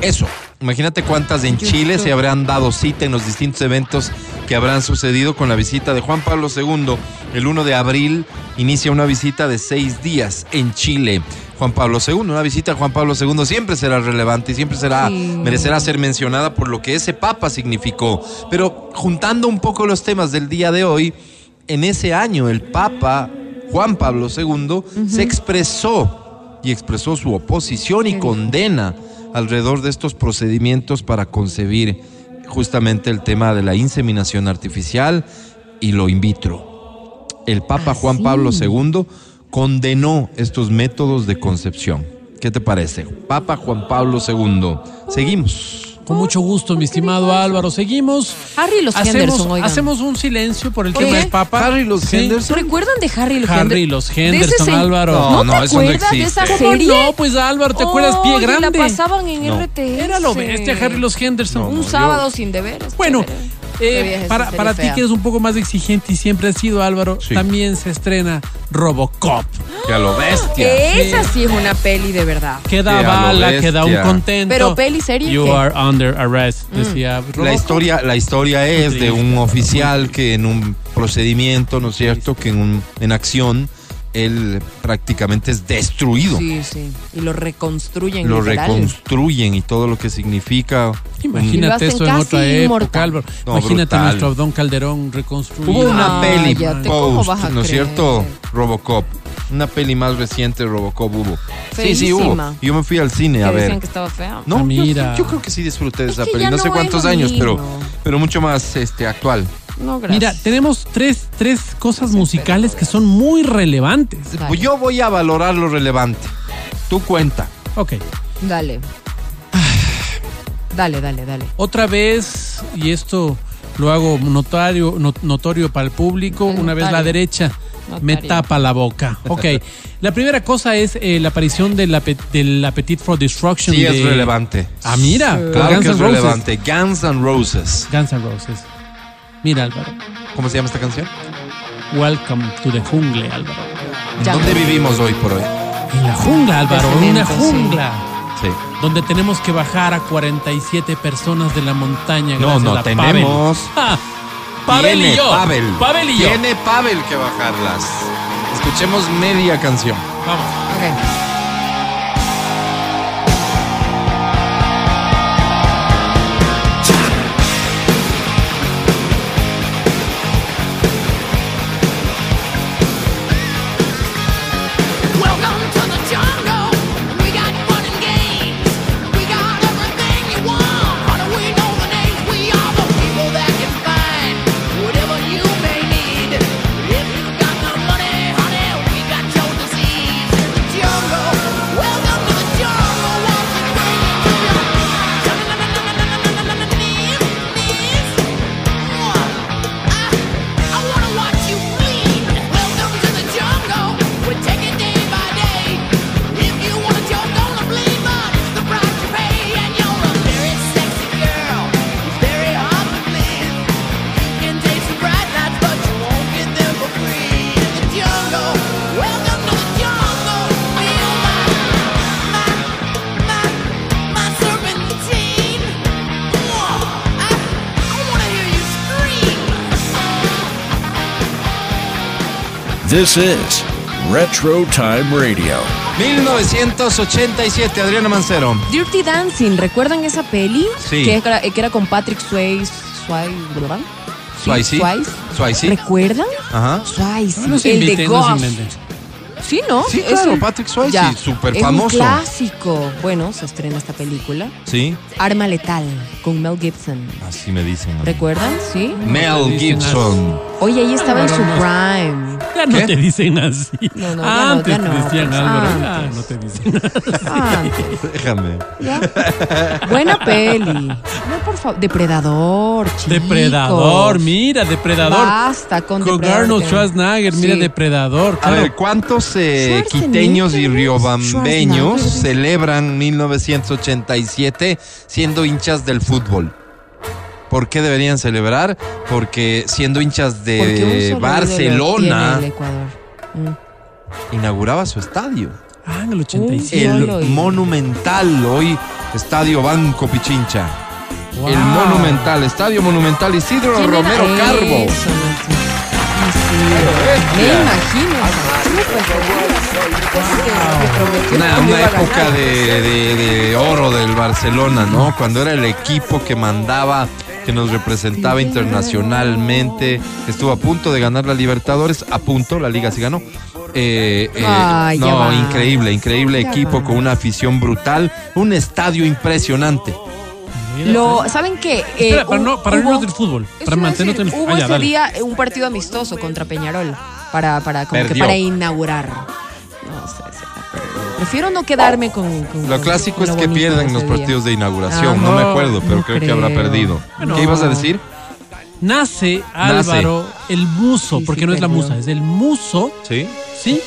Speaker 3: eso. Imagínate cuántas en Chile se habrán dado cita en los distintos eventos que habrán sucedido con la visita de Juan Pablo II. El 1 de abril inicia una visita de seis días en Chile. Juan Pablo II, una visita a Juan Pablo II siempre será relevante y siempre será,
Speaker 4: Sí.
Speaker 3: merecerá ser mencionada por lo que ese papa significó. Pero juntando un poco los temas del día de hoy, en ese año el papa Juan Pablo II se expresó y expresó su oposición y condena alrededor de estos procedimientos para concebir justamente el tema de la inseminación artificial y lo in vitro. El Papa
Speaker 4: Ah,
Speaker 3: Juan
Speaker 4: sí.
Speaker 3: Pablo II condenó estos métodos de concepción. ¿Qué te parece? Papa Juan Pablo II. Seguimos.
Speaker 5: Con mucho gusto, mi estimado Álvaro. Seguimos.
Speaker 4: Harry y los
Speaker 5: hacemos,
Speaker 4: Henderson, oigan.
Speaker 5: hacemos un silencio por el
Speaker 4: ¿Por
Speaker 5: tema
Speaker 4: qué?
Speaker 5: del Papa.
Speaker 3: Harry y los Henderson.
Speaker 4: ¿Recuerdan de Harry y los
Speaker 5: Harry
Speaker 4: Henderson?
Speaker 5: y los
Speaker 4: De ese
Speaker 5: Henderson,
Speaker 4: sen-
Speaker 5: Álvaro.
Speaker 4: ¿No,
Speaker 3: No, no,
Speaker 4: te
Speaker 3: eso no
Speaker 4: acuerdas de esa
Speaker 3: existe.
Speaker 5: ¿Cómo
Speaker 4: serie?
Speaker 5: no? Pues Álvaro, ¿te acuerdas? Pie
Speaker 4: Oye,
Speaker 5: grande.
Speaker 4: La pasaban en
Speaker 3: No.
Speaker 4: RTS.
Speaker 5: Era lo bestia, Harry y los Henderson.
Speaker 4: Un
Speaker 3: no, yo-
Speaker 4: sábado sin deberes.
Speaker 5: Bueno,
Speaker 4: chévere.
Speaker 5: eh,
Speaker 4: Qué vieja esa
Speaker 5: para,
Speaker 4: serie
Speaker 5: para ti
Speaker 4: fea.
Speaker 5: que eres un poco más exigente y siempre has sido Álvaro,
Speaker 3: Sí.
Speaker 5: también se estrena Robocop.
Speaker 3: Que a lo bestia.
Speaker 4: Esa sí es una peli de verdad.
Speaker 5: Queda
Speaker 3: Que a lo
Speaker 5: bala, queda un
Speaker 3: bestia.
Speaker 5: contento.
Speaker 4: Pero peli serie,
Speaker 5: You
Speaker 4: ¿qué? Mm.
Speaker 5: are under arrest, decía Robocop.
Speaker 3: La historia, la historia es de un oficial que en un procedimiento, ¿no es cierto? Que en, un, en acción, él prácticamente es destruido.
Speaker 4: Sí, sí. Y lo reconstruyen.
Speaker 3: Lo
Speaker 4: literal.
Speaker 3: reconstruyen y todo lo que significa.
Speaker 4: Y lo
Speaker 5: Imagínate
Speaker 4: hacen
Speaker 5: eso en
Speaker 4: casi
Speaker 5: otra época,
Speaker 4: inmortal.
Speaker 5: Álvaro.
Speaker 3: No,
Speaker 5: Imagínate
Speaker 3: brutal.
Speaker 5: nuestro Abdón Calderón reconstruido.
Speaker 3: Hubo una
Speaker 4: Ah,
Speaker 3: peli
Speaker 4: ya te- ¿cómo
Speaker 3: post,
Speaker 4: vas a
Speaker 3: ¿no es
Speaker 4: creer?
Speaker 3: cierto? Robocop. Una peli más reciente de Robocop hubo. Sí, sí hubo.
Speaker 4: Feísima.
Speaker 3: Yo me fui al cine
Speaker 4: Que
Speaker 3: a
Speaker 4: decían
Speaker 3: ver.
Speaker 4: que estaba fea.
Speaker 3: No,
Speaker 5: Ah,
Speaker 3: yo-
Speaker 5: mira.
Speaker 3: Yo, creo que sí disfruté de
Speaker 4: Es
Speaker 3: esa
Speaker 4: que
Speaker 3: peli.
Speaker 4: ya
Speaker 3: No sé
Speaker 4: no es
Speaker 3: cuántos
Speaker 4: lo
Speaker 3: años, pero,
Speaker 4: mismo.
Speaker 3: pero mucho más este, actual.
Speaker 4: No, gracias.
Speaker 5: Mira, tenemos tres, tres cosas musicales que son muy relevantes.
Speaker 4: Dale,
Speaker 3: Pues yo voy a valorar lo relevante. Tú cuenta.
Speaker 5: Ok,
Speaker 4: Dale. Dale, dale, dale.
Speaker 5: otra vez, y esto lo hago notario, no- notorio para el público,
Speaker 4: El
Speaker 5: una vez la
Speaker 4: notario.
Speaker 5: derecha
Speaker 4: Notario.
Speaker 5: me tapa la boca. Ok, la primera cosa es eh, la aparición del, ape- del Appetite for Destruction.
Speaker 3: Sí,
Speaker 5: de-
Speaker 3: es relevante.
Speaker 5: Ah, mira,
Speaker 3: Claro
Speaker 5: Guns
Speaker 3: que es
Speaker 5: N' Roses.
Speaker 3: relevante. Guns N' Roses.
Speaker 5: Guns N' Roses. Mira, Álvaro.
Speaker 3: ¿Cómo se llama esta canción?
Speaker 5: Welcome to the jungle, Álvaro.
Speaker 4: Ya.
Speaker 3: ¿Dónde vivimos hoy por hoy?
Speaker 5: En la jungla, Álvaro, en
Speaker 4: Cemento,
Speaker 5: una
Speaker 4: sí.
Speaker 5: jungla.
Speaker 3: Sí.
Speaker 5: Donde tenemos que bajar a 47 personas de la montaña.
Speaker 3: No,
Speaker 5: gracias
Speaker 3: no,
Speaker 5: a
Speaker 3: tenemos.
Speaker 5: Pavel. Ah, Pavel
Speaker 3: Tiene
Speaker 5: y yo.
Speaker 3: Pavel.
Speaker 5: Pavel y yo.
Speaker 3: Tiene Pavel que bajarlas. Escuchemos media canción.
Speaker 5: Vamos.
Speaker 4: Ok.
Speaker 8: Welcome to the jungle. We got fun and games. We got everything you want. How do we know the names? We are the people that can find whatever you may need. If you got the money, honey, we got your disease. In the jungle. Welcome to the jungle. What's it bringing to you? I wanna watch you bleed. Welcome to the jungle. We take it day by day. If you want it, you're gonna bleed, but it's the price you pay. And you're a very sexy girl, very hard to please. You can taste the bright lights, but you won't get them for free. In the jungle, welcome to the jungle. Feel my, my, my, my serpentine. I, I wanna hear you scream.
Speaker 1: This is Retro Time Radio.
Speaker 3: 1987, Adriana Mancero.
Speaker 4: Dirty Dancing, ¿recuerdan esa peli?
Speaker 3: Sí.
Speaker 4: Que era, eh, que era con Patrick Swayze. Swayze, ¿verdad?
Speaker 3: Swayze.
Speaker 4: Swayze.
Speaker 3: Swayze.
Speaker 4: ¿Recuerdan?
Speaker 3: Ajá.
Speaker 4: Swayze,
Speaker 5: No se
Speaker 4: el de
Speaker 5: inviten, no se
Speaker 4: Ghost.
Speaker 5: inviten.
Speaker 4: Sí, ¿no?
Speaker 3: Sí,
Speaker 4: Es
Speaker 3: claro,
Speaker 4: un-
Speaker 3: Patrick Swayze,
Speaker 4: Ya,
Speaker 3: súper
Speaker 4: es un
Speaker 3: famoso.
Speaker 4: clásico. Bueno, se estrena esta película.
Speaker 3: Sí.
Speaker 4: Arma Letal, con Mel Gibson.
Speaker 3: Así me dicen. a mí.
Speaker 4: ¿Recuerdan? Sí.
Speaker 3: Mel Gibson.
Speaker 4: Oye, ahí estaba en su
Speaker 5: no.
Speaker 4: prime.
Speaker 5: Ya no
Speaker 3: ¿Qué?
Speaker 5: te dicen así.
Speaker 4: No, no, ya no,
Speaker 5: antes
Speaker 4: ya no,
Speaker 5: te decían
Speaker 4: pues,
Speaker 5: Álvaro. Ya
Speaker 4: antes.
Speaker 5: no te dicen
Speaker 4: Ah,
Speaker 3: Déjame.
Speaker 4: ya. Buena peli. No, por favor. Depredador, chicos.
Speaker 5: Depredador, mira, depredador.
Speaker 4: Basta con
Speaker 5: Con
Speaker 4: Depredador.
Speaker 5: Arnold
Speaker 4: que-
Speaker 5: Schwarzenegger, mira,
Speaker 4: Sí.
Speaker 5: depredador.
Speaker 3: A
Speaker 5: claro.
Speaker 3: ver, ¿cuántos eh,
Speaker 4: Schwarzenegger,
Speaker 3: quiteños y riobambeños
Speaker 4: Schwarzenegger.
Speaker 3: celebran 1987 siendo hinchas del fútbol? ¿Por qué deberían celebrar? Porque siendo hinchas
Speaker 4: Porque un solo
Speaker 3: de
Speaker 4: ídolo
Speaker 3: Eh, Barcelona
Speaker 4: tiene el Ecuador. Mm.
Speaker 3: inauguraba su estadio.
Speaker 5: Ah, en el 85.
Speaker 4: Sí,
Speaker 3: el
Speaker 4: lo oí.
Speaker 3: Monumental, hoy Estadio Banco Pichincha.
Speaker 5: Wow.
Speaker 3: El Monumental, Estadio Monumental Isidro
Speaker 4: ¿Quién era?
Speaker 3: Romero Carbo.
Speaker 4: Eso, Nancy. Ah, sí. Me imagino.
Speaker 3: Una, una época de, de- de oro del Barcelona, ¿no? Cuando era el equipo que mandaba, que nos representaba internacionalmente, estuvo a punto de ganar la Libertadores, a punto, la liga se ganó. Eh, eh,
Speaker 4: Ay, ya
Speaker 3: no,
Speaker 4: va.
Speaker 3: increíble, increíble
Speaker 4: Ya
Speaker 3: equipo
Speaker 4: va.
Speaker 3: con una afición brutal, un estadio impresionante.
Speaker 4: Lo, ¿Saben qué? Eh,
Speaker 5: Espera, para, no, para
Speaker 4: hubo-
Speaker 5: irnos del fútbol.
Speaker 4: Eso
Speaker 5: Para
Speaker 4: iba a
Speaker 5: mantenernos en el
Speaker 4: decir,
Speaker 5: fútbol.
Speaker 3: Ah,
Speaker 4: Hubo ese día eh, un partido amistoso contra Peñarol para, para, como que
Speaker 3: Perdió.
Speaker 4: para inaugurar. No sé, se la perdió. Prefiero no quedarme con. con-
Speaker 3: Lo
Speaker 4: con-
Speaker 3: clásico
Speaker 4: con
Speaker 3: es
Speaker 4: lo
Speaker 3: que
Speaker 4: bonito de
Speaker 3: pierden
Speaker 4: ese
Speaker 3: los
Speaker 4: día.
Speaker 3: partidos de inauguración.
Speaker 4: Ah,
Speaker 3: no, me
Speaker 4: no,
Speaker 3: acuerdo, pero
Speaker 4: no
Speaker 3: creo, que habrá
Speaker 4: creo. ah,
Speaker 3: perdido.
Speaker 5: Bueno,
Speaker 3: ¿Qué ibas a
Speaker 4: no.
Speaker 3: decir? Nace.
Speaker 5: Nace Álvaro el muso,
Speaker 4: Sí, sí,
Speaker 5: porque no es la
Speaker 4: perdió.
Speaker 5: musa, es el muso,
Speaker 3: Sí.
Speaker 5: ¿sí?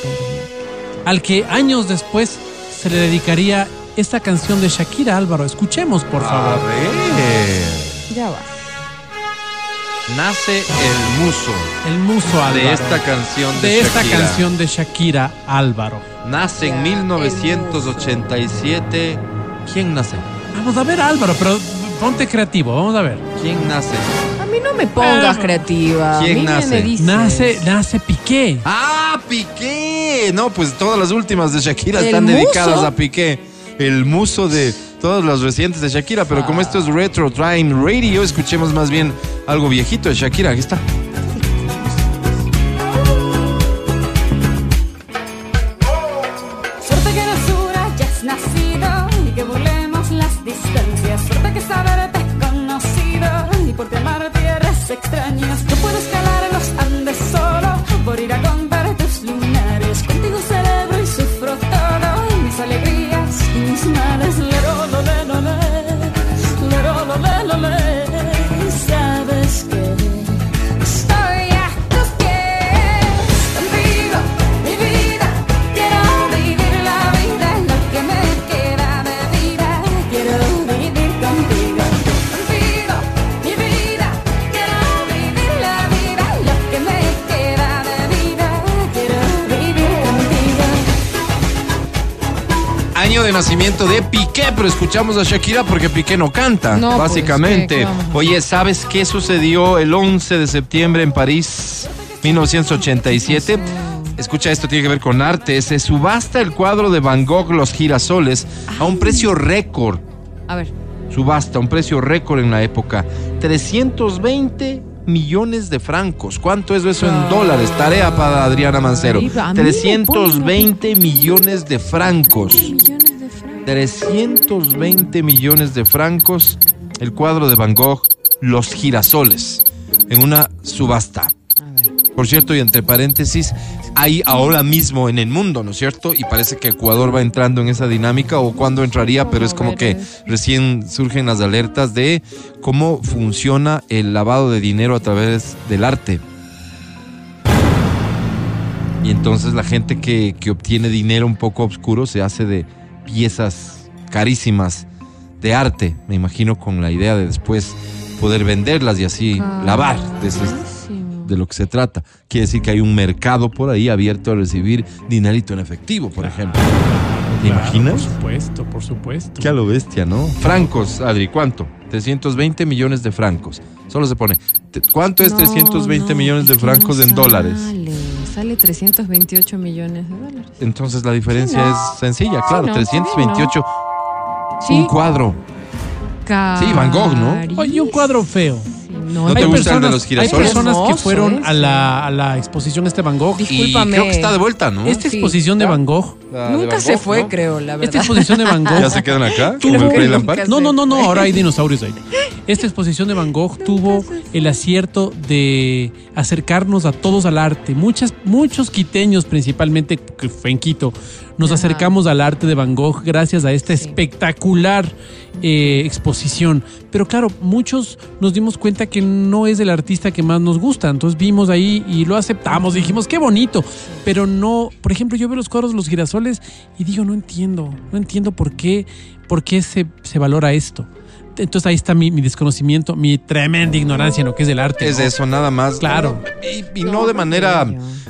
Speaker 5: Al que años después se le dedicaría esta canción de Shakira Álvaro. Escuchemos, por
Speaker 3: A
Speaker 5: favor.
Speaker 3: ver.
Speaker 4: Ya va.
Speaker 3: Nace el muso
Speaker 5: El muso Álvaro.
Speaker 3: de esta canción de,
Speaker 5: De esta
Speaker 3: Shakira.
Speaker 5: canción de Shakira Álvaro.
Speaker 3: Nace en 1987. ¿Quién nace?
Speaker 5: Vamos a ver, Álvaro, pero ponte creativo, vamos a ver.
Speaker 3: ¿Quién nace?
Speaker 4: A mí no me pongas
Speaker 5: Eh,
Speaker 4: creativa.
Speaker 3: ¿quién
Speaker 4: A mí
Speaker 3: nace?
Speaker 4: Me dices.
Speaker 5: Nace, nace Piqué.
Speaker 3: ¡Ah, Piqué! No, pues todas las últimas de Shakira
Speaker 4: ¿El
Speaker 3: están
Speaker 4: muso?
Speaker 3: dedicadas a Piqué. El muso de todas las recientes de Shakira. Pero
Speaker 4: Ah.
Speaker 3: como esto es Retro Time Radio, escuchemos más bien algo viejito de Shakira. Aquí está.
Speaker 7: Suerte que la usura ya has nacido y que burlemos las distancias. Suerte que saberte he conocido y por ti amar tierras extrañas. Yo puedo escalar los Andes solo por ir a comprar tus lunares. Contigo celebro y sufro todo, mis alegrías y mis males. Lero, lo, le, lo, le. Lero, lo, le, lo, le. Sabes que Estoy a tus pies, contigo, mi vida. Quiero vivir la vida, lo que me queda de vida. Quiero vivir contigo, contigo, mi vida. Quiero vivir la vida, lo que me queda de vida. Quiero vivir contigo.
Speaker 3: Año de nacimiento de Piqué, pero escuchamos a Shakira porque Piqué no canta,
Speaker 4: No, pues, ¿qué- qué
Speaker 3: básicamente.
Speaker 4: vamos a hacer?
Speaker 3: Oye, ¿sabes qué sucedió el 11 de septiembre en París, 1987? Escucha esto, tiene que ver con arte. Se subasta el cuadro de Van Gogh, Los Girasoles, a un precio récord.
Speaker 4: A ver.
Speaker 3: Subasta, un precio récord en la época. 320 millones de francos. ¿Cuánto es eso en dólares? Tarea para Adriana Mancero.
Speaker 4: Ay, pues, a mí me pones
Speaker 3: 320 millones de francos. 320 millones de francos el cuadro de Van Gogh, Los girasoles, en una subasta.
Speaker 4: A ver.
Speaker 3: Por cierto, y entre paréntesis, hay ahora mismo en el mundo, ¿no es cierto? Y parece que Ecuador va entrando en esa dinámica o cuándo entraría, pero es como que
Speaker 4: pues.
Speaker 3: recién surgen las alertas de cómo funciona el lavado de dinero a través del arte. Y entonces la gente que, que obtiene dinero un poco oscuro se hace de piezas carísimas de arte, me imagino con la idea de después poder venderlas y así lavar de esos-
Speaker 4: Buenísimo.
Speaker 3: de lo que se trata. Quiere decir que hay un mercado por ahí abierto a recibir dinerito en efectivo, por ejemplo. ¿Te imaginas?
Speaker 5: Por supuesto, por supuesto.
Speaker 3: Qué a lo bestia, ¿no? Francos, Adri, ¿cuánto? 320 millones de francos. Solo se pone. te- ¿Cuánto es
Speaker 4: No,
Speaker 3: 320
Speaker 4: no,
Speaker 3: millones
Speaker 4: es
Speaker 3: de
Speaker 4: que no
Speaker 3: francos en
Speaker 4: sale.
Speaker 3: dólares?
Speaker 4: Sale 328 millones de dólares.
Speaker 3: Entonces la diferencia
Speaker 4: no.
Speaker 3: es sencilla, claro,
Speaker 4: no, sí,
Speaker 3: 328. Un
Speaker 4: Sí,
Speaker 3: cuadro. Sí, Van Gogh, ¿no?
Speaker 5: Oye, un cuadro feo.
Speaker 4: No,
Speaker 3: ¿No te
Speaker 4: hay
Speaker 3: gusta el de
Speaker 5: personas-
Speaker 3: los girasoles?
Speaker 5: Hay personas que
Speaker 4: Hermoso ¿eh?
Speaker 5: fueron
Speaker 4: ese.
Speaker 5: a la, a la exposición este Van Gogh.
Speaker 4: Dije-
Speaker 3: Y
Speaker 4: Discúlpame.
Speaker 3: creo que está de vuelta, ¿no?
Speaker 5: Esta
Speaker 4: Sí.
Speaker 5: exposición de Van Gogh.
Speaker 3: La Ah, de
Speaker 4: Nunca
Speaker 3: Van
Speaker 4: se
Speaker 3: Gogh,
Speaker 4: fue,
Speaker 3: ¿no? Este
Speaker 4: creo, la
Speaker 5: Esta
Speaker 4: verdad.
Speaker 5: exposición de Van Gogh.
Speaker 3: ¿Ya se quedan acá?
Speaker 4: Creo
Speaker 3: ¿Como el
Speaker 4: que
Speaker 3: Play
Speaker 4: nunca
Speaker 3: Lampard?
Speaker 5: No, no, no, no, ahora hay dinosaurios ahí. Esta exposición de Van Gogh tuvo el acierto de acercarnos a todos al arte. Muchas, muchos quiteños, principalmente que fue en Quito, nos
Speaker 4: Ajá.
Speaker 5: acercamos al arte de Van Gogh gracias a esta
Speaker 4: Sí.
Speaker 5: espectacular eh, exposición. Pero claro, muchos nos dimos cuenta que no es el artista que más nos gusta. Entonces vimos ahí y lo aceptamos. Dijimos, qué bonito. Pero no, por ejemplo, yo veo los cuadros de los girasoles y digo, no entiendo. No entiendo por qué, por qué se, se valora esto. Entonces ahí está mi, mi desconocimiento, mi tremenda ignorancia en lo que es el arte.
Speaker 3: Es
Speaker 5: ¿no?
Speaker 3: eso, nada más.
Speaker 5: Claro.
Speaker 3: Y, y no de manera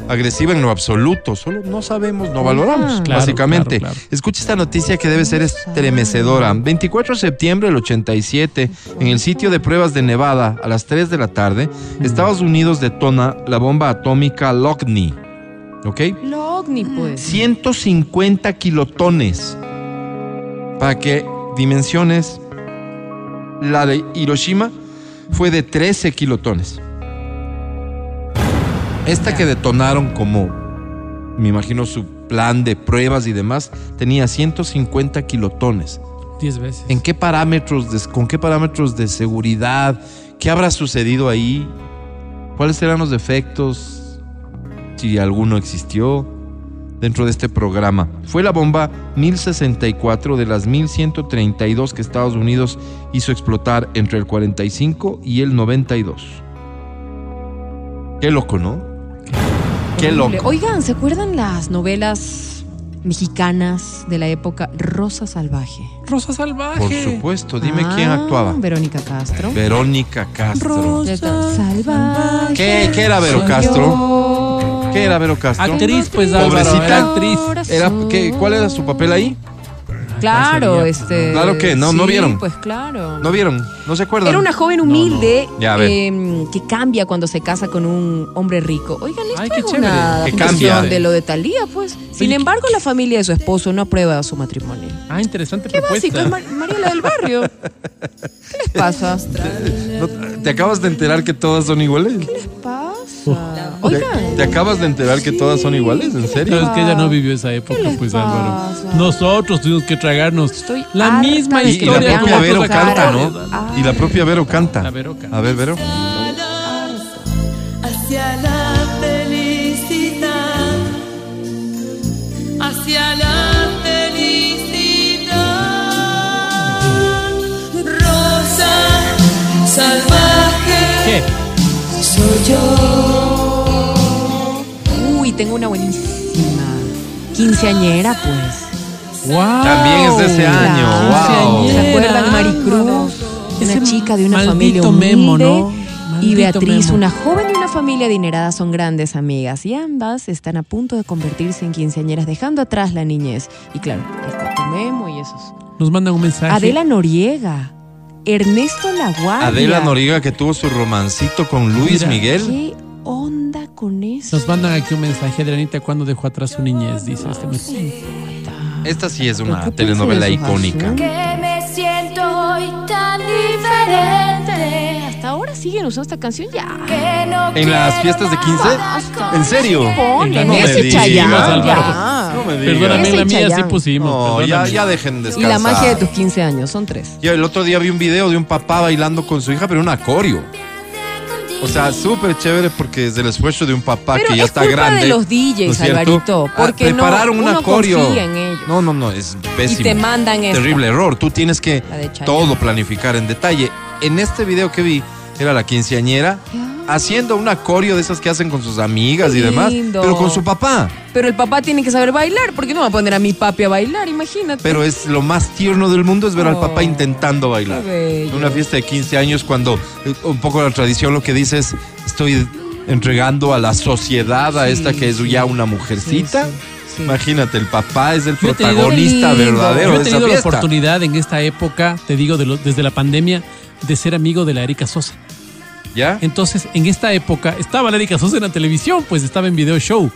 Speaker 3: agresiva en lo absoluto, solo no sabemos, no
Speaker 4: Ah.
Speaker 3: valoramos,
Speaker 5: Claro,
Speaker 3: básicamente.
Speaker 5: claro, claro.
Speaker 3: Escucha esta noticia que debe ser estremecedora. 24 de septiembre del 87, en el sitio de pruebas de Nevada, a las 3 de la tarde,
Speaker 4: Mm.
Speaker 3: Estados Unidos detona la bomba atómica Lockney. ¿Ok?
Speaker 4: Lo ovni,
Speaker 3: Mm,
Speaker 4: pues.
Speaker 3: 150 kilotones. Para que dimensiones, la de Hiroshima fue de 13 kilotones. Esta que detonaron como, me imagino, su plan de pruebas y demás, tenía 150 kilotones.
Speaker 5: Diez veces.
Speaker 3: ¿En qué parámetros, de- con qué parámetros de seguridad? ¿Qué habrá sucedido ahí? ¿Cuáles serán los defectos? Si alguno existió. dentro de este programa. Fue la bomba 1064 de las 1132 que Estados Unidos hizo explotar entre el 45 y el 92. Qué loco, ¿no? Qué
Speaker 4: Horrible.
Speaker 3: loco.
Speaker 4: Oigan, ¿se acuerdan las novelas mexicanas de la época Rosa Salvaje?
Speaker 5: Rosa Salvaje.
Speaker 3: Por supuesto, dime quién
Speaker 4: Ah,
Speaker 3: actuaba.
Speaker 4: Verónica Castro.
Speaker 3: Verónica Castro.
Speaker 4: Rosa Salvaje.
Speaker 3: ¿Qué, qué era Vero
Speaker 4: soy
Speaker 3: Castro?
Speaker 4: yo.
Speaker 3: ¿Qué era Vero Castro?
Speaker 5: Actriz, pues,
Speaker 4: Tengo
Speaker 5: Álvaro.
Speaker 3: Pobrecita.
Speaker 5: era actriz.
Speaker 3: Era, ¿qué- ¿Cuál era su papel ahí?
Speaker 4: Claro,
Speaker 5: Sería-
Speaker 4: este.
Speaker 3: Claro que no,
Speaker 4: sí,
Speaker 3: no vieron.
Speaker 4: Pues claro.
Speaker 3: ¿No vieron? ¿No se acuerdan?
Speaker 4: Era una joven humilde
Speaker 3: Ya, a ver.
Speaker 4: eh, que cambia cuando se casa con un hombre rico. Oigan, esto
Speaker 5: Ay, qué
Speaker 4: es
Speaker 5: chévere.
Speaker 4: una
Speaker 3: Que
Speaker 4: adaptación
Speaker 3: cambia.
Speaker 4: de lo de Talía, pues. Sin
Speaker 5: qué-
Speaker 4: embargo, la familia de su esposo no aprueba su matrimonio.
Speaker 5: Ah, interesante
Speaker 4: Qué
Speaker 5: propuesta.
Speaker 4: básico, es Mar- Mariela del Barrio. ¿Qué les pasa?
Speaker 3: No, ¿Te acabas de enterar que todas son iguales?
Speaker 4: pasa?
Speaker 3: ¿Te,
Speaker 4: Oigan.
Speaker 3: te acabas de enterar que todas son iguales? ¿En
Speaker 5: Pero es
Speaker 3: serio?
Speaker 5: que ella no vivió esa época,
Speaker 4: les
Speaker 5: pues
Speaker 4: pasa?
Speaker 5: Álvaro. Nosotros tuvimos que tragarnos
Speaker 4: Estoy
Speaker 5: la
Speaker 4: harta
Speaker 5: misma
Speaker 4: de
Speaker 3: Y, y la
Speaker 5: historia.
Speaker 4: Vean
Speaker 3: propia
Speaker 4: la
Speaker 3: Vero
Speaker 4: cosa
Speaker 3: canta,
Speaker 4: cara.
Speaker 3: ¿no? Y la propia Vero canta.
Speaker 5: La Vero canta.
Speaker 3: A ver, Vero.
Speaker 9: hacia la felicidad, hacia la felicidad. Rosa salvaje
Speaker 5: ¿Qué?
Speaker 9: soy yo.
Speaker 4: Uy, tengo una buenísima. Quinceañera, pues.
Speaker 5: ¡Wow!
Speaker 3: También es de ese año.
Speaker 4: Claro.
Speaker 3: ¡Wow!
Speaker 4: ¿Se
Speaker 5: Quinceañera,
Speaker 4: acuerdan Maricruz?
Speaker 5: Ese
Speaker 4: Una chica de una
Speaker 5: maldito
Speaker 4: familia humilde.
Speaker 5: Memo, ¿no?
Speaker 4: Y
Speaker 5: Maldito
Speaker 4: Beatriz,
Speaker 5: Memo.
Speaker 4: una joven de una familia adinerada, son grandes amigas y ambas están a punto de convertirse en quinceañeras, dejando atrás la niñez. Y claro, el Coco Memo y esos.
Speaker 3: Ah,
Speaker 5: Nos mandan un mensaje.
Speaker 4: Adela Noriega, Ernesto Laguardia.
Speaker 3: Adela Noriega que tuvo su romancito con Luis
Speaker 5: Mira.
Speaker 3: Miguel.
Speaker 4: ¿Qué onda con eso?
Speaker 5: Nos mandan aquí un mensaje, Adrianita, cuando dejó atrás su niñez, dice este mensaje.
Speaker 3: Esta sí es una
Speaker 4: Ocúpense
Speaker 3: telenovela
Speaker 4: de sus
Speaker 3: icónica.
Speaker 4: asuntos.
Speaker 10: Que me siento hoy tan diferente.
Speaker 4: Hasta ahora siguen usando esta canción ya.
Speaker 10: Que no
Speaker 3: ¿En las fiestas de 15? ¿En serio?
Speaker 4: Ponen
Speaker 5: No me
Speaker 4: ese
Speaker 5: digas,
Speaker 4: Chayanne
Speaker 5: Álvaro.
Speaker 4: ya.
Speaker 3: No me
Speaker 5: Perdóname,
Speaker 4: Ese
Speaker 5: la mía sí
Speaker 4: Chayanne.
Speaker 5: pusimos.
Speaker 3: No, ya,
Speaker 5: perdóname.
Speaker 3: ya dejen
Speaker 4: Y
Speaker 3: descansar.
Speaker 4: la magia de tus 15 años, son tres.
Speaker 3: Yo el otro día vi un video de un papá bailando con su hija, pero un acorio. O sea, súper chévere porque es el esfuerzo de un papá
Speaker 4: Pero
Speaker 3: que ya
Speaker 4: es
Speaker 3: está
Speaker 4: culpa
Speaker 3: grande.
Speaker 4: de los DJs,
Speaker 3: ¿no es cierto?
Speaker 4: Alvarito, porque no-
Speaker 3: prepararon un
Speaker 4: uno
Speaker 3: acorio.
Speaker 4: confía en ellos.
Speaker 3: No, no, no, es pésimo.
Speaker 4: Y te mandan esta.
Speaker 3: Terrible error. Tú tienes que
Speaker 4: La de Chayanne.
Speaker 3: todo planificar en detalle. En este video que vi, era la quinceañera haciendo un acorio de esas que hacen con sus amigas
Speaker 4: Qué
Speaker 3: y demás,
Speaker 4: lindo.
Speaker 3: pero con su papá.
Speaker 4: Pero el papá tiene que saber bailar, porque no va a poner a mi papi a bailar, imagínate.
Speaker 3: Pero es lo más tierno del mundo es ver al
Speaker 4: Oh,
Speaker 3: papá intentando bailar.
Speaker 4: qué bello.
Speaker 3: En una fiesta de 15 años cuando eh, un poco la tradición lo que dice es estoy entregando a la sociedad a
Speaker 4: Sí,
Speaker 3: esta que es
Speaker 4: sí.
Speaker 3: ya una mujercita.
Speaker 4: Sí, sí, sí.
Speaker 3: Imagínate, el papá es el
Speaker 5: Yo he tenido-
Speaker 3: protagonista
Speaker 4: Qué lindo.
Speaker 3: verdadero
Speaker 5: Yo he
Speaker 3: de esa
Speaker 5: tenido la
Speaker 3: fiesta.
Speaker 5: oportunidad en esta época, te digo, de lo- desde la pandemia, de ser amigo de la Erika Sosa.
Speaker 3: ¿Ya?
Speaker 5: Entonces, en esta época estaba la Erika Sosa en la televisión, pues estaba en video show.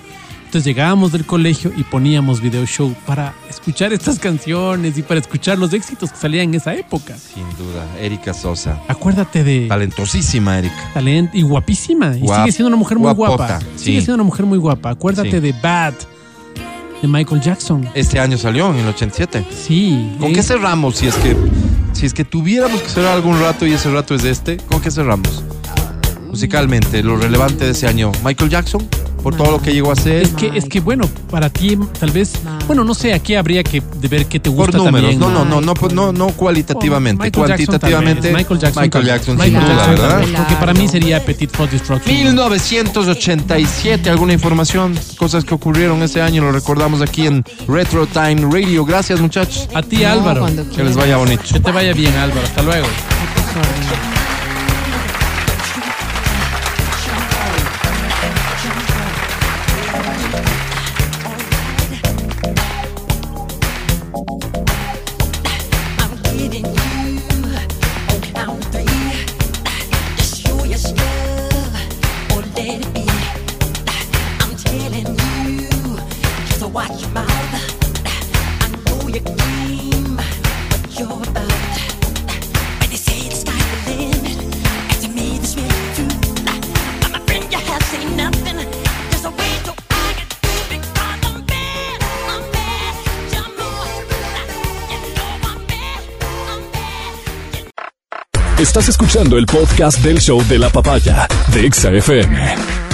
Speaker 5: Entonces llegábamos del colegio y poníamos video show para escuchar estas canciones y para escuchar los éxitos que salían en esa época.
Speaker 3: Sin duda, Erika Sosa.
Speaker 5: Acuérdate de
Speaker 3: Talentosísima, Erika.
Speaker 5: talento y guapísima. Y
Speaker 3: Guap-
Speaker 5: sigue siendo una mujer muy
Speaker 3: guapota,
Speaker 5: guapa.
Speaker 3: sí.
Speaker 5: Sigue siendo una mujer muy guapa. Acuérdate
Speaker 3: Sí.
Speaker 5: de Bad, de Michael Jackson.
Speaker 3: Este año salió, en el 87.
Speaker 5: Sí.
Speaker 3: ¿Con
Speaker 5: eh,
Speaker 3: qué cerramos si es que si es que tuviéramos que cerrar algún rato y ese rato es este? ¿Con qué cerramos? Musicalmente, lo relevante de ese año, Michael Jackson, por todo lo que llegó a ser.
Speaker 5: Es que, es que bueno, para ti tal vez,
Speaker 4: Mike.
Speaker 5: bueno, no sé, aquí habría que de ver qué te
Speaker 3: Por
Speaker 5: gusta
Speaker 3: números,
Speaker 5: también.
Speaker 3: no, no, no, no, pues, no, no cualitativamente,
Speaker 5: Michael
Speaker 3: cuantitativamente.
Speaker 5: Jackson tal vez, Michael Jackson.
Speaker 3: Michael
Speaker 5: tal vez,
Speaker 3: Jackson, sin
Speaker 5: Michael
Speaker 3: duda,
Speaker 5: Jackson tal
Speaker 3: ¿verdad?
Speaker 5: vez, Porque para mí sería Petit for Destruction.
Speaker 3: 1987, alguna información, cosas que ocurrieron ese año, lo recordamos aquí en Retro Time Radio. Gracias, muchachos.
Speaker 5: A ti,
Speaker 4: No,
Speaker 5: Álvaro.
Speaker 4: cuando
Speaker 3: Que les vaya bonito.
Speaker 5: Que te vaya bien, Álvaro. Hasta luego.
Speaker 9: I'm getting you on three. Just show your love or let it be. I'm telling you, just watch your mouth. I know your game, what you're about. And they say the sky's the limit, and to me this really true. I'm a friend, you have seen nothing. There's a way to I get through because I'm bad, I'm bad, you know. You know I'm bad, I'm bad, you know.
Speaker 11: Estás escuchando el podcast del show de la papaya de Exa FM.